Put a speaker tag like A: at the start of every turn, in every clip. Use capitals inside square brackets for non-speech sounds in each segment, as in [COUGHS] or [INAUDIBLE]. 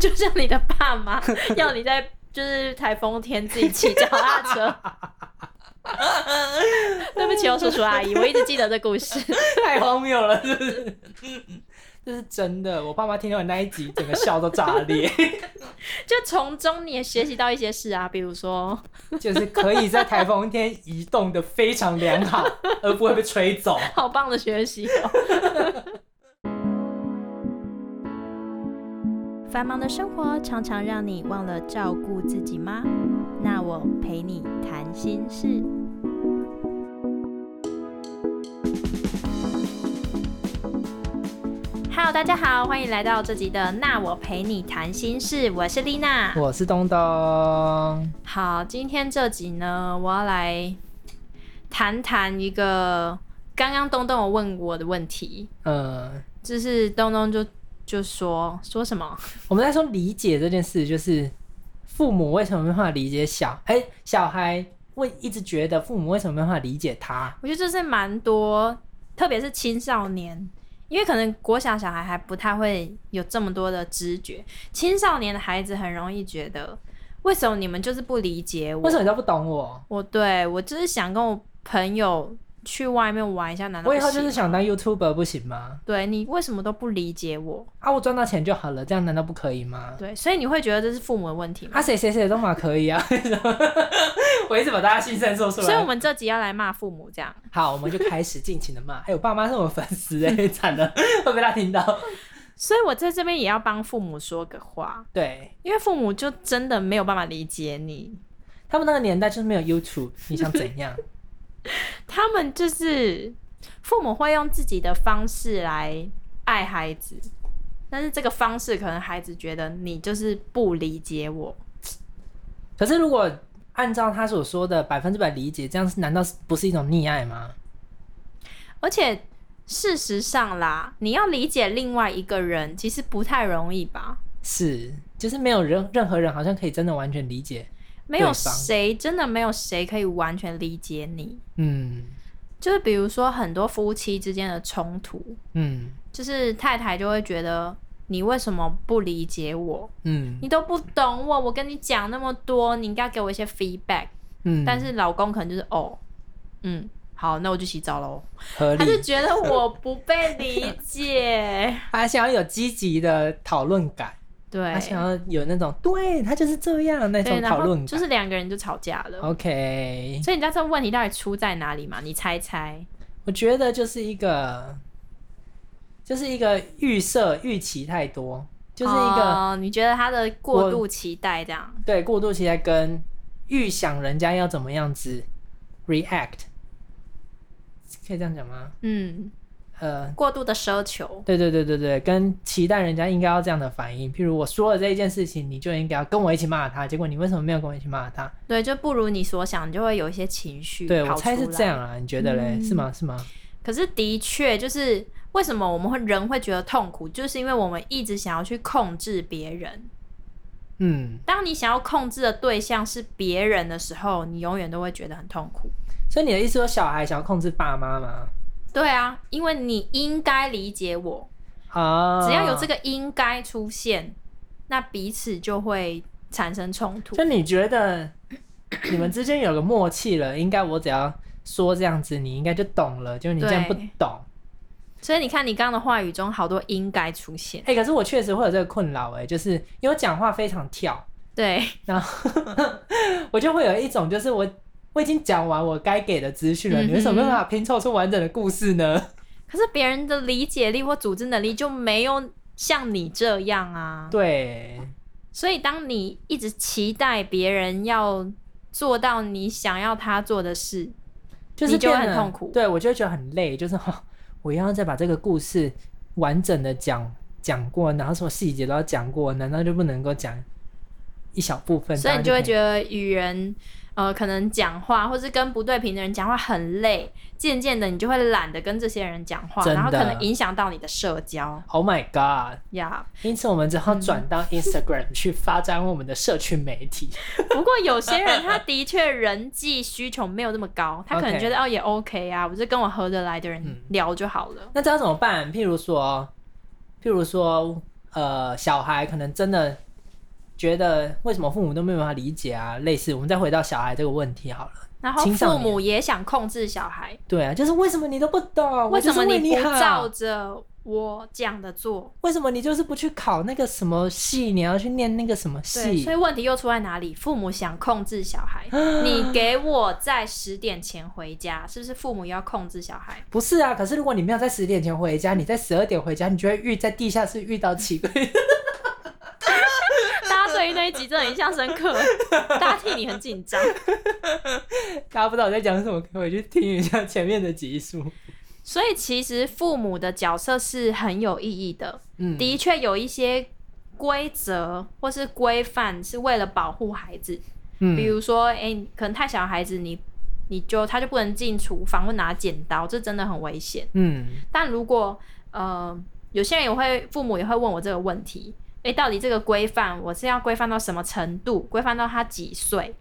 A: 就像你的爸妈要你在就是台风天自己骑脚踏车。对不起哦，叔叔阿姨，我一直记得这故事。
B: 太荒谬了，是不是？ [LAUGHS] 这是真的，我爸妈听到那一集，整个笑都炸裂。 [LAUGHS]
A: 就从中你也学习到一些事啊，比如说，
B: 就是可以在台风天移动的非常良好，而不会被吹走。
A: 好棒的学习哦。 [LAUGHS] 繁忙的生活常常让你忘了照顾自己吗？那我陪你谈心事。Hello，大家好，欢迎来到这集的《那我陪你谈心事》，我是丽娜。
B: 我是东东，
A: 好，今天这集呢，我要来谈谈一个刚刚东东有问我的问题，
B: 呃，
A: 就是东东就就说说什么？
B: 我们在说理解这件事，就是父母为什么没办法理解小，哎、小孩会一直觉得父母为什么没办法理解他？
A: 我觉得这是蛮多，特别是青少年，因为可能国小小孩还不太会有这么多的知觉，青少年的孩子很容易觉得，为什么你们就是不理解我？
B: 为什么你都不懂我？
A: 我对我就是想跟我朋友去外面玩一下，难道
B: 我
A: 不
B: 以后就
A: 行
B: 是想当 YouTuber 不行吗？
A: 对你为什么都不理解我？
B: 啊，我赚到钱就好了，这样难道不可以吗？
A: 对，所以你会觉得这是父母的问题吗？
B: [LAUGHS] 啊，谁谁谁都嘛可以啊！ [LAUGHS] 我一直把大家心声说出
A: 所以，我
B: 来。
A: 们这集要来骂父母，这样
B: 好，我们就开始尽情的骂。哎，我爸妈是我粉丝哎， [LAUGHS] 惨了，会被他听到。
A: 所以我在这边也要帮父母说个话，
B: 对
A: 因为父母就真的没有办法理解你，
B: 他们那个年代就是没有 YouTube，你想怎样？ [LAUGHS]
A: 他们就是父母会用自己的方式来爱孩子，但是这个方式可能孩子觉得你就是不理解我，
B: 可是如果按照他所说的百分之百理解，这样是难道是不是一种溺爱吗？
A: 而且事实上啦，你要理解另外一个人其实不太容易吧。
B: 是，就是没有任任何人好像可以真的完全理解。
A: 没有
B: 对方
A: 谁真的没有谁可以完全理解你，
B: 嗯
A: 就是比如说很多夫妻之间的冲突，
B: 嗯
A: 就是太太就会觉得你为什么不理解我？
B: 嗯
A: 你都不懂我，我跟你讲那么多，你应该给我一些 feedback。
B: 嗯，
A: 但是老公可能就是哦，嗯，好，那我去洗澡喽。
B: 合
A: 他就
B: 哦理，
A: 觉得我不被理解，
B: [LAUGHS] 他想要有积极的讨论感，
A: 对
B: 他，想要有那种对他就是这样那
A: 对，
B: 种
A: 然
B: 讨
A: 后
B: 论感。
A: 就是两个人就吵架了。
B: OK，
A: 所以你知道这问题到底出在哪里吗？你猜猜。
B: 我觉得就是一个，就是一个预设预期太多，就是一个、
A: 哦你觉得他的过度期待这样，
B: 对过度期待跟预想人家要怎么样子 react，可以这样讲吗？
A: 嗯，
B: 呃，
A: 过度的奢求，
B: 对对对对对，跟期待人家应该要这样的反应。譬如我说了这一件事情，你就应该要跟我一起骂他，结果你为什么没有跟我一起骂他？
A: 对，就不如你所想，你就会有一些情绪
B: 对
A: 跑
B: 我
A: 出来。
B: 猜是这样啊，你觉得
A: 嗯
B: 嘞？是吗？是吗？
A: 可是的确，就是为什么我们会人会觉得痛苦，就是因为我们一直想要去控制别人。
B: 嗯，
A: 当你想要控制的对象是别人的时候，你永远都会觉得很痛苦。
B: 所以你的意思说小孩想要控制爸妈吗？
A: 对啊，因为你应该理解我，
B: 啊，
A: 只要有这
B: 个，
A: 个应该出现，那彼此就会产生冲突。
B: 就你觉得 [COUGHS] 你们之间有个默契了，应该我只要说这样子，你应该就懂了。就你这样不
A: 对
B: 懂，
A: 所以你看，你刚刚的话语中好多应该出现，
B: 哎、可是我确实会有这个困扰，哎，就是因为我讲话非常跳，
A: 对，
B: 然后 [LAUGHS] 我就会有一种，就是我我已经讲完我该给的资讯了，
A: 嗯哼嗯
B: 你为什么没有办法拼凑出完整的故事呢？
A: 可是别人的理解力或组织能力就没有像你这样啊。
B: 对，
A: 所以当你一直期待别人要做到你想要他做的事，
B: 就是
A: 你就会
B: 变得
A: 很痛苦
B: 对我就会觉得很累，就是、哦、我要再把这个故事完整的讲讲过，然后什么细节都要讲过，难道就不能够讲一小部分？
A: 所以你就会觉
B: 得
A: 得与人呃可能讲话，或是跟不对频的人讲话很累，渐渐的你就会懒得跟这些人讲话，
B: 真的
A: 然后可能影响到你的社交
B: Oh my God！
A: 呀。
B: 因此我们只好
A: 嗯
B: 转到 Instagram 去发展我们的社群媒体。
A: 不过有些人他的确人际需求没有那么高，他可能
B: OK 嗯
A: 觉得哦也 OK 啊，我就跟我合得来的人聊就好了。
B: 那这要怎么办？譬如说，譬如说，呃小孩可能真的觉得为什么父母都没有办法理解啊，类似我们再回到小孩这个问题好了。
A: 然后
B: 青
A: 父
B: 少年
A: 母也想控制小孩，
B: 对啊，就是为什么你都不懂？
A: 为什么
B: 哦我就是
A: 你
B: 你
A: 不
B: 好
A: 照着我讲的做？
B: 为什么你就是不去考那个什么系？你要去念那个什么
A: 对，
B: 系
A: 所以？问题又出在哪里？父母想控制小
B: [GASPS]
A: 孩，你给我在十点前回家，是不是父母要控制小孩？
B: 不是啊，可是如果你没有在十点前回家，你在十二点回家，你就会遇在地下室遇到奇怪。 [LAUGHS]
A: 大家对于那一集真的印象深
B: [LAUGHS]
A: 刻，大家替你很紧张。
B: 大家不知道我在讲什么，可以回去听一下前面的集数。
A: 所以其实父母的角色是很有意义的，
B: 嗯，
A: 的确有一些规则或是规范是为了保护孩子，比
B: 嗯，
A: 如说，哎、可能太小的孩子你。你就他就不能进厨房或拿剪刀，这真的很危险。
B: 嗯， [LAUGHS]
A: 但如果呃，有些人也会，父母也会问我这个问题：，诶，到底这个规范我是要规范到什么程度？规范到他几岁？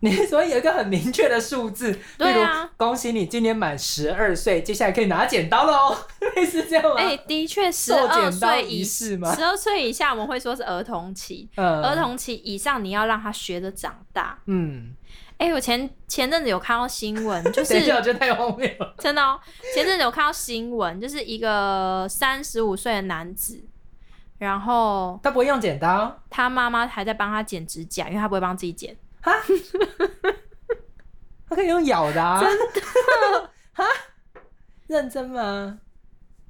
B: 你所以有一个很明确的数字，
A: 对
B: 例如
A: 啊
B: 恭喜你今年满十二岁，接下来可以拿剪刀喽， [LAUGHS] 类似这样吗？
A: 诶，的确，哎十
B: 受
A: 二
B: 剪刀
A: 岁以
B: 仪式吗
A: 十二岁以下我们会说是儿童期，
B: 嗯
A: 儿童期以上你要让他学着长大。
B: 嗯，
A: 诶，我前前阵子有看到新闻，就
B: [LAUGHS] 等一
A: 是
B: 下，我觉得太荒谬
A: [LAUGHS]
B: 了。
A: 真的哦，前阵子有看到新闻，就是一个三十五岁的男子，然后
B: 他不会用剪刀，
A: 他妈妈还在帮他剪指甲，因为他不会帮自己剪。
B: 他可以用咬的、啊。真的？哈？ [LAUGHS] 认真吗？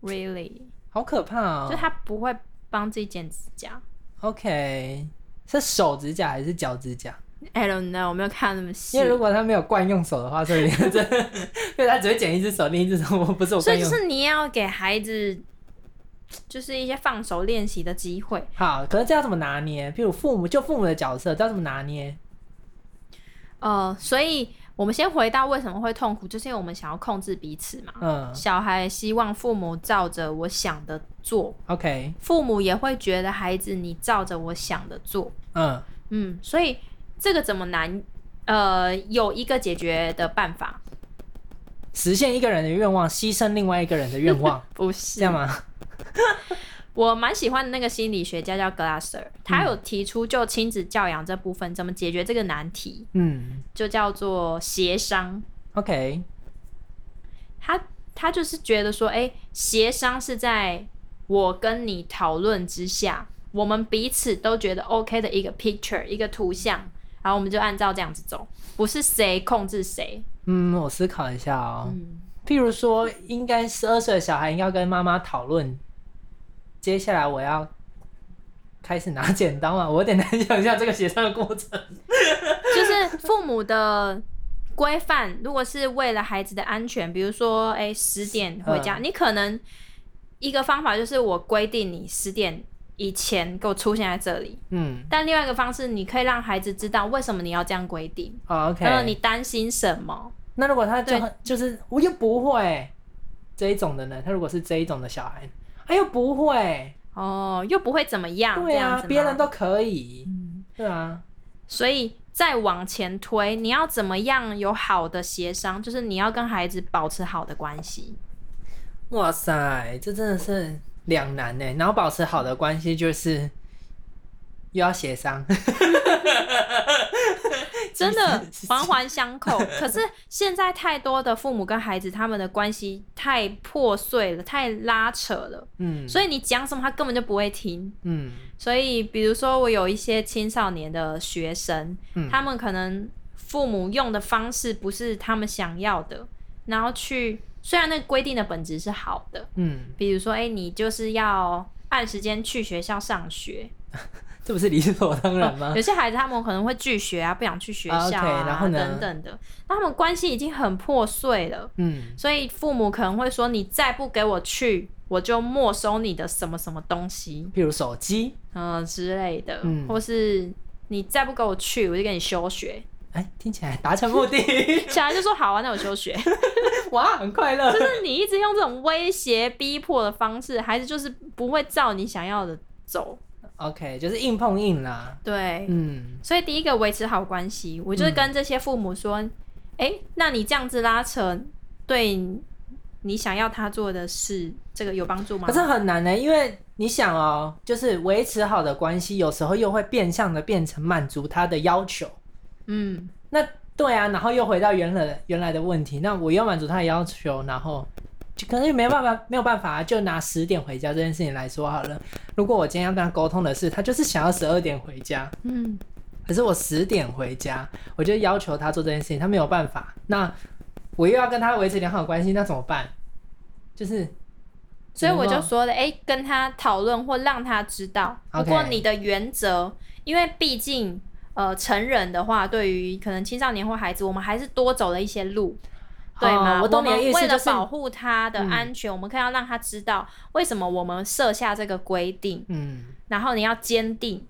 A: Really，、
B: 好可怕哦！
A: 就他不会帮自己剪指甲。
B: OK，是手指甲还是脚指甲？
A: I don't know，我没有看那么细
B: 因为。如果他没有惯用手的话，所以这， [LAUGHS] 因为他只会剪一只手，另一只手我不是我
A: 所
B: 惯
A: 以就
B: 用。
A: 是你要给孩子，就是一些放手练习的机会。
B: 好，可是这要怎么拿捏？譬如父母，就父母的角色，这要怎么拿捏？
A: 呃，所以我们先回到为什么会痛苦，就是因为我们想要控制彼此嘛。
B: 嗯
A: 小孩希望父母照着我想的做，
B: ，OK，
A: 父母也会觉得孩子你照着我想的做。
B: 嗯
A: 嗯，所以这个怎么难？呃，有一个解决的办法，，
B: 实现一个人的愿望，牺牲另外一个人的愿望 [LAUGHS]
A: 不是
B: 这样吗？
A: 我蛮喜欢的那个心理学家叫 Glasser，他有提出就亲子教养这部分怎么解决这个难题，
B: 嗯
A: 就叫做协商。
B: ，OK，
A: 他他就是觉得说，哎、协商是在我跟你讨论之下，我们彼此都觉得 OK 的一个 picture 一个图像，然后我们就按照这样子走，不是谁控制谁。
B: 嗯，我思考一下哦。
A: 嗯，
B: 譬如说，应该十二岁的小孩应该要跟妈妈讨论，接下来我要开始拿剪刀啊，我有点难想象这个协商的过程。
A: [LAUGHS] 就是父母的。规范如果是为了孩子的安全，比如说，哎、十点
B: 嗯
A: 回家，你可能一个方法就是我规定你十点以前给我出现在这里，
B: 嗯
A: 但另外一个方式，你可以让孩子知道为什么你要这样规定，
B: 哦，OK，
A: 然后你担心什么。
B: 那如果他就
A: 对
B: 就是我又不会这一种的呢？他如果是这一种的小孩，哎又不会，
A: 哦，又不会怎么样，
B: 对
A: 这样
B: 啊
A: 子，吗
B: 别人都可以，对啊，
A: 所以再往前推，你要怎么样有好的协商？就是你要跟孩子保持好的关系。
B: 哇塞，这真的是两难呢。然后保持好的关系就是 [LAUGHS] 又要协商，
A: 真的
B: 是
A: 环环相
B: [LAUGHS]
A: 扣。可是现在太多的父母跟孩子他们的关系太破碎了，太拉扯了，
B: 嗯
A: 所以你讲什么他根本就不会听。
B: 嗯
A: 所以比如说我有一些青少年的学生，
B: 嗯
A: 他们可能父母用的方式不是他们想要的，然后去虽然那个规定的本质是好的，
B: 嗯，
A: 比如说哎、诶你就是要按时间去学校上学，
B: 这不是理所当然吗
A: 有？些孩子他们可能会拒绝啊，不想去学校
B: 啊，OK，然后呢
A: 等等的，那他们关系已经很破碎了，
B: 嗯
A: 所以父母可能会说：“你再不给我去，我就没收你的什么什么东西，
B: 譬如手机，
A: 嗯、之类的，
B: 嗯
A: 或是你再不给我去，我就给你休学。 [LAUGHS]
B: 哎，听起来达成目 [LAUGHS] 的，”
A: 小孩就说：“好啊，那我休学。” [LAUGHS]
B: 哇，很快乐
A: 就。是你一直用这种威胁、逼迫的方式，孩子就是不会照你想要的走。
B: OK，就是硬碰硬啦。
A: 对，
B: 嗯
A: 所以第一个维持好关系，我就是跟这些父母说，哎、那你这样子拉扯，对你想要他做的事，这个有帮助吗
B: 可？是很难呢、因为你想哦，就是维持好的关系，有时候又会变相的变成满足他的要求。
A: 嗯，
B: 那对啊，然后又回到原来的原来的问题，那我要满足他的要求，然后就可能也没办法，没有办法啊、就拿十点回家这件事情来说好了。如果我今天要跟他沟通的是，他就是想要十二点回家，
A: 嗯，
B: 可是我十点回家，我就要求他做这件事情，他没有办法。那我又要跟他维持良好的关系，那怎么办？就是，
A: 所以我就
B: 能够
A: 说了，哎、跟他讨论或让他知道。不
B: OK
A: 过你的原则因为毕竟呃成人的话，对于可能青少年或孩子，我们还是多走了一些路。对吗？
B: 哦我懂你的
A: 们
B: 意思
A: 为了
B: 就是嗯
A: 保护他的安全，我们可以要让他知道为什么我们设下这个规定，
B: 嗯，
A: 然后你要坚定。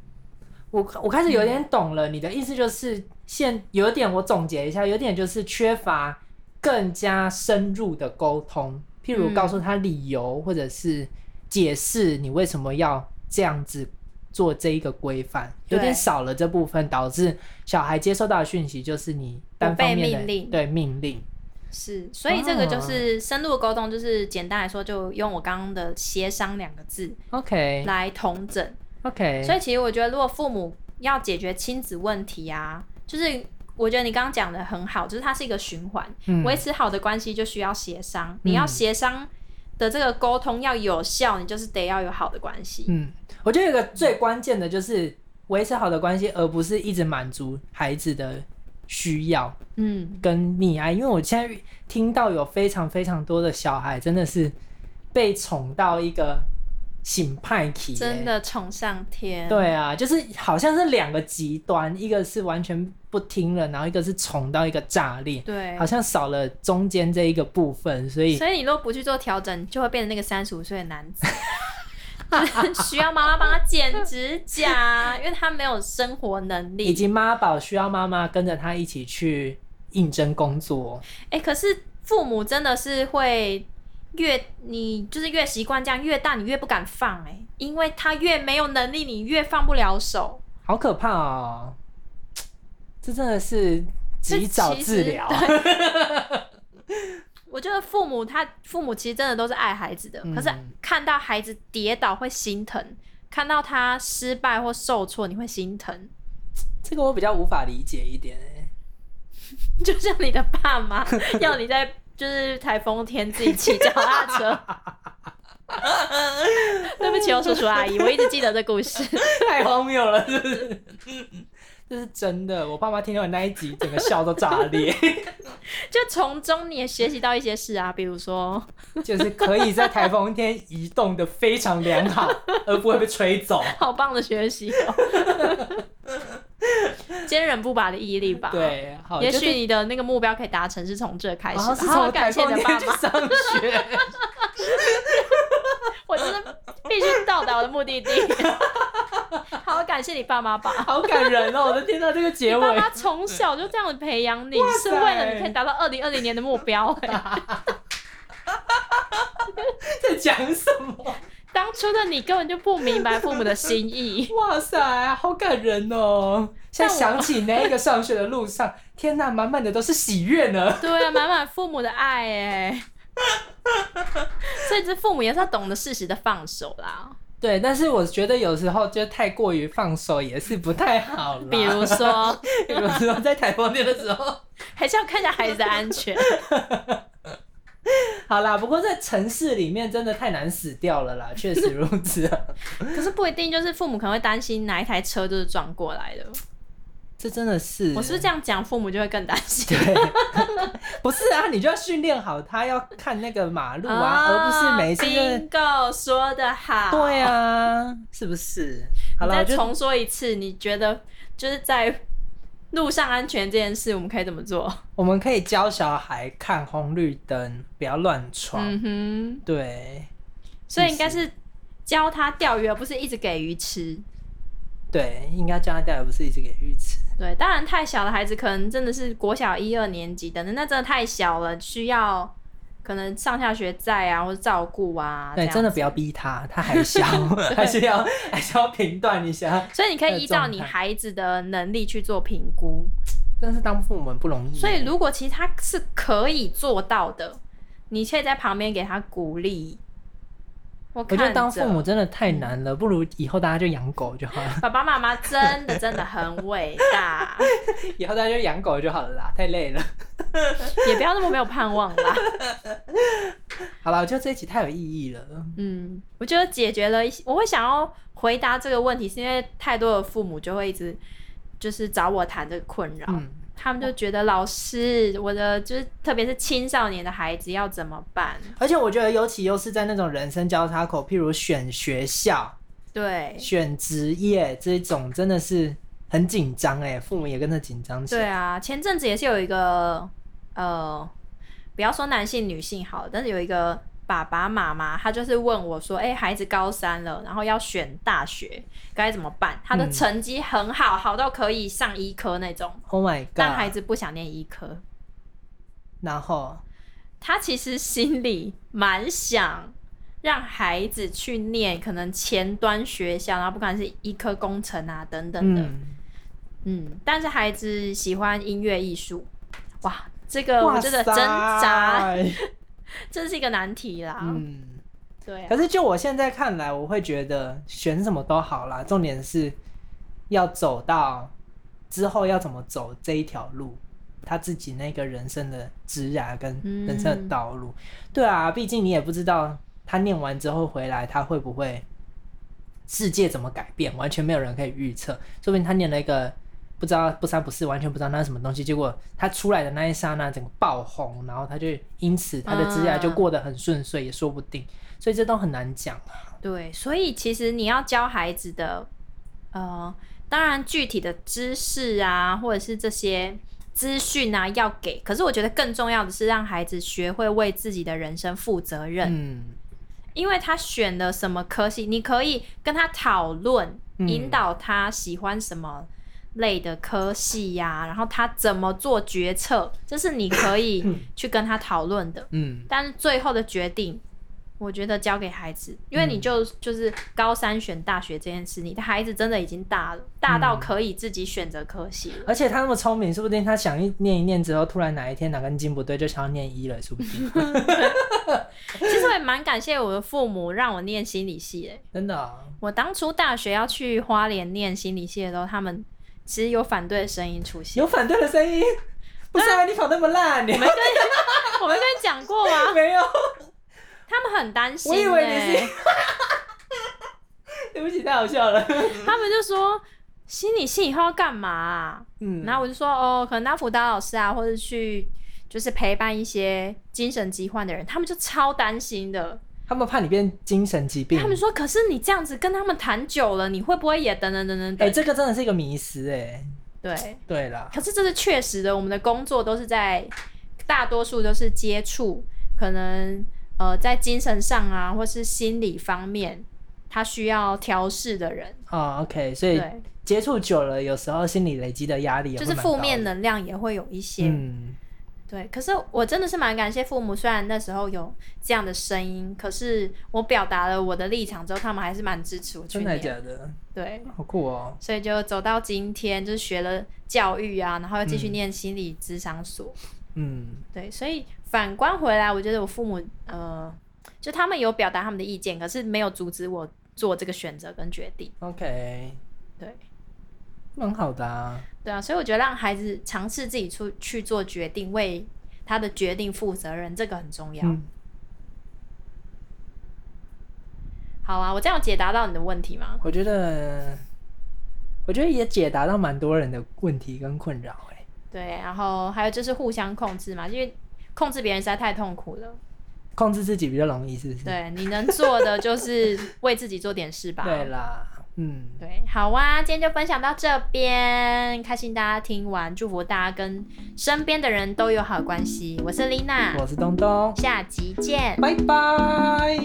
B: 我我开始有点懂了，你的意思就是现有点我总结一下，有点就是缺乏更加深入的沟通，譬如
A: 嗯
B: 告诉他理由，或者是解释你为什么要这样子做这一个规范，有点
A: 对
B: 少了这部分，导致小孩接收到的讯息就是你单方面的
A: 我被命令
B: 对命令。
A: 是，所以这个
B: 啊
A: 就是深入的沟通，就是简单来说，就用我刚刚的协商两个字
B: OK
A: 来统整。
B: OK，
A: 所以其实我觉得，如果父母要解决亲子问题啊，就是我觉得你刚刚讲的很好，就是它是一个循环，
B: 嗯
A: 维持好的关系就需要协商，你要协商的这个沟通要有效，你就是得要有好的关系。
B: 嗯，我觉得有一个最关键的就是维持好的关系，而不是一直满足孩子的需要。
A: 嗯，
B: 跟溺爱，因为我现在听到有非常非常多的小孩真的是被宠到一个醒派期、欸，
A: 真。的宠上天。
B: 对啊，就是好像是两个极端，一个是完全不听了，然后一个是宠到一个炸裂，
A: 对
B: 好像少了中间这一个部分，所以
A: 所以你若不去做调整，就会变成那个三十五岁的男子， [LAUGHS] 就是需要妈妈帮他剪指甲，因为他没有生活能力
B: 以。及妈宝需要妈妈跟着他一起去应征工作。
A: 哎、可是父母真的是会越你就是越习惯这样，越大你越不敢放哎、因为他越没有能力，你越放不了手。
B: 好可怕哦！这真的是及早
A: 这其实
B: 治疗。
A: 我觉得父母他父母其实真的都是爱孩子的，
B: 嗯
A: 可是看到孩子跌倒会心疼，看到他失败或受挫你会心疼，
B: 这个我比较无法理解一点、欸，
A: 就像你的爸
B: [LAUGHS]
A: 妈要你在就是台风天自己骑脚踏车。对不起哦，叔叔阿姨，我一直记得这故事。 [LAUGHS]
B: [LAUGHS] 太荒谬了，是不嗯是？这是真的，我爸妈听到我那一集，整个笑都炸裂。 [LAUGHS]
A: 就从中你也学习到一些事啊，比如说，
B: 就是可以在台风天移动的非常良好，而不会被吹走。
A: 好棒的学习、哦，坚韧不拔的毅力吧。，
B: 对，好，
A: 也
B: 就是
A: 许你的那个目标可以达成是从这开始吧。
B: 好像是
A: 好好
B: 从
A: 感
B: 台
A: 谢
B: 风
A: 你的
B: 天
A: 爸
B: 去
A: 妈，
B: 上学。 [LAUGHS]
A: 我就是必须到达我的目的地。 [LAUGHS] 好好感谢你爸妈吧，
B: 好感人哦！我都听到这个
A: 你
B: 结
A: 爸
B: 尾，
A: 妈从小就这样培养你
B: 哇，
A: 是
B: 塞
A: 为了你可以达到二零二零年的目标、
B: [LAUGHS]
A: 哎
B: [LAUGHS] 在讲什么？
A: 当初的你根本就不明白父母的心意。
B: 哇塞，好感人哦！现在想起那个上学的路上，天哪，满满的都是喜悦呢。
A: 对啊，满满父母的爱哎、所以这父母也是要懂得适时的放手啦。
B: 对，但是我觉得有时候就太过于放手也是啊不太好啦。
A: 比如说，
B: [LAUGHS] 有时候在台风天的时候。 [LAUGHS]
A: 还是要看一下孩子的安全。
B: 好啦，不过在城市里面真的太难死掉了 [LAUGHS] 啦，确实如此、啊。
A: 可是不一定，就是父母可能会担心哪一台车就是撞过来的。
B: [LAUGHS] 这真的是，
A: 我是不是这样讲，父母就会更担心？
B: [LAUGHS] 对，不是啊，你就要训练好他要看那个马路啊， [LAUGHS] 而不是每一次就是。
A: 啊 bingo 说的好。
B: 对，啊，是不是？好
A: 你
B: 了，
A: 再
B: 我就
A: 重说一次，你觉得就是在路上安全这件事，我们可以怎么做？
B: 我们可以教小孩看红绿灯，不要乱闯。
A: 嗯
B: 对
A: 哼，所以应该是教他钓鱼，而不是一直给鱼吃。
B: 对，应该教他带，而不是一直给鱼吃。
A: 对，当然太小的孩子可能真的是国小一二年级等等，那真的太小了，需要可能上下学在啊，或者照顾啊。
B: 对，
A: 这样
B: 真的不要逼他，他还 [LAUGHS] 小，还是要还是要评断一下。
A: 所以你可以依照你
B: 那个状态
A: 孩子的能力去做评估。
B: 但是当父母很不容易。
A: 所以如果其实他是可以做到的，你可以在旁边给他鼓励。我
B: 我
A: 看
B: 觉
A: 着嗯
B: 得当父母真的太难了，不如以后大家就养狗就好 [LAUGHS] 了，
A: 爸爸妈妈真的真的很伟大，
B: 以后大家就养狗就好了啦，太累了。
A: 也不要那么没有盼望啦。
B: 好了，我觉得这一集太有意义了。
A: 嗯，我觉得解决了一些，我会想要回答这个问题，是因为太多的父母就会一直就是找我谈这个困扰，
B: 嗯，
A: 他们就觉得老师，我的就是特别是青少年的孩子要怎么办？
B: 而且我觉得尤其又是在那种人生交叉口，譬如选学校、
A: 对，
B: 选职业这种，真的是很紧张哎，父母也跟着紧张起
A: 对
B: 来。
A: 啊，前阵子也是有一个呃，不要说男性女性好了，但是有一个爸爸妈妈，他就是问我说：“哎、孩子高三了，然后要选大学，该怎么办？”他的
B: 嗯
A: 成绩很好，好到可以上医科那种，
B: Oh my
A: 但孩
B: god！
A: 子不想念医科。
B: 然后
A: 他其实心里蛮想让孩子去念可能前端学校，然后不管是医科工程啊等等的，
B: 嗯，
A: 嗯，但是孩子喜欢音乐艺术，哇，这个
B: 哇
A: 我真的挣扎，
B: 塞。
A: 这是一个难题啦。
B: 嗯。
A: 对啊，
B: 可是就我现在看来，我会觉得选什么都好啦，重点是要走到之后要怎么走这一条路，他自己那个人生的职涯跟
A: 嗯
B: 人生的道路。对啊，毕竟你也不知道他念完之后回来他会不会世界怎么改变，完全没有人可以预测。说不定他念了一个。不知道不三不四，完全不知道那是什么东西。结果他出来的那一刹那，整个爆红，然后他就因此他的职业就
A: 嗯
B: 过得很顺遂，也说不定。所以这都很难讲啊。
A: 对，所以其实你要教孩子的，呃，当然具体的知识啊，或者是这些资讯啊，要给。可是我觉得更重要的是让孩子学会为自己的人生负责任。
B: 嗯，
A: 因为他选了什么科系，你可以跟他讨论，
B: 嗯
A: 引导他喜欢什么类的科系呀、然后他怎么做决策，这是你可以去跟他讨论的。
B: 嗯，
A: 但是最后的决定，我觉得交给孩子，因为你就、就是高三选大学这件事，你的孩子真的已经大了，大到可以自己选择科系了。
B: 而且他那么聪明，说不定他想一念一念之后，突然哪一天哪根筋不对，就想要念医了，说不定。
A: [LAUGHS] 其实我也蛮感谢我的父母让我念心理系、欸，
B: 真的啊、
A: 我当初大学要去花莲念心理系的时候，他们其实有反对的声音出现。
B: 有反对的声音？不是啊，你考那么烂，你没
A: 我没跟你讲过吗？
B: [LAUGHS] 没有？
A: 他们很担心、
B: 我
A: 欸，
B: 以为你是。对不起，太好
A: [LAUGHS]
B: 笑了。
A: 他们就说心理系以后要干嘛啊、
B: 嗯，
A: 然后我就说哦，可能当辅导老师啊，或者去就是陪伴一些精神疾患的人，他们就超担心的。
B: 他们怕你变精神疾病
A: 他。们说，可是你这样子跟他们谈久了，你会不会也等等等等
B: 哎、
A: 等？
B: 这个真的是一个迷思哎、
A: 对，
B: 对啦，
A: 可是这是确实的，我们的工作都是在大多数都是接触，可能呃在精神上啊，或是心理方面，他需要调试的人，
B: 哦，OK，所以
A: 对，
B: 接触久了，有时候心理累积的压力也
A: 就
B: 会
A: 是
B: 蛮
A: 负
B: 高
A: 面
B: 的。
A: 能量也会有一些，
B: 嗯，
A: 对。可是我真的是蛮感谢父母，虽然那时候有这样的声音，可是我表达了我的立场之后，他们还是蛮支持我去
B: 真的
A: 念，
B: 假的？
A: 对。
B: 好酷哦！
A: 所以就走到今天，就是学了教育啊，然后又继续
B: 嗯
A: 念心理咨商所。
B: 嗯，
A: 对，所以反观回来，我觉得我父母呃，就他们有表达他们的意见，可是没有阻止我做这个选择跟决定。
B: OK，
A: 对，
B: 蛮好的啊。
A: 对啊，所以我觉得让孩子尝试自己出去做决定，为他的决定负责任，这个很重要。
B: 嗯，
A: 好啊，我这样有解答到你的问题吗？
B: 我觉得，我觉得也解答到蛮多人的问题跟困扰哎、
A: 对，然后还有就是互相控制嘛，因为控制别人实在太痛苦了。
B: 控制自己比较容易，是不是？
A: 对，你能做的就是为自己做点事吧。
B: [LAUGHS] 对啦，嗯，
A: 对，好啊，今天就分享到这边，开心大家听完，祝福大家跟身边的人都有好关系。我是丽娜，
B: 我是东东，
A: 下集见。
B: 拜拜。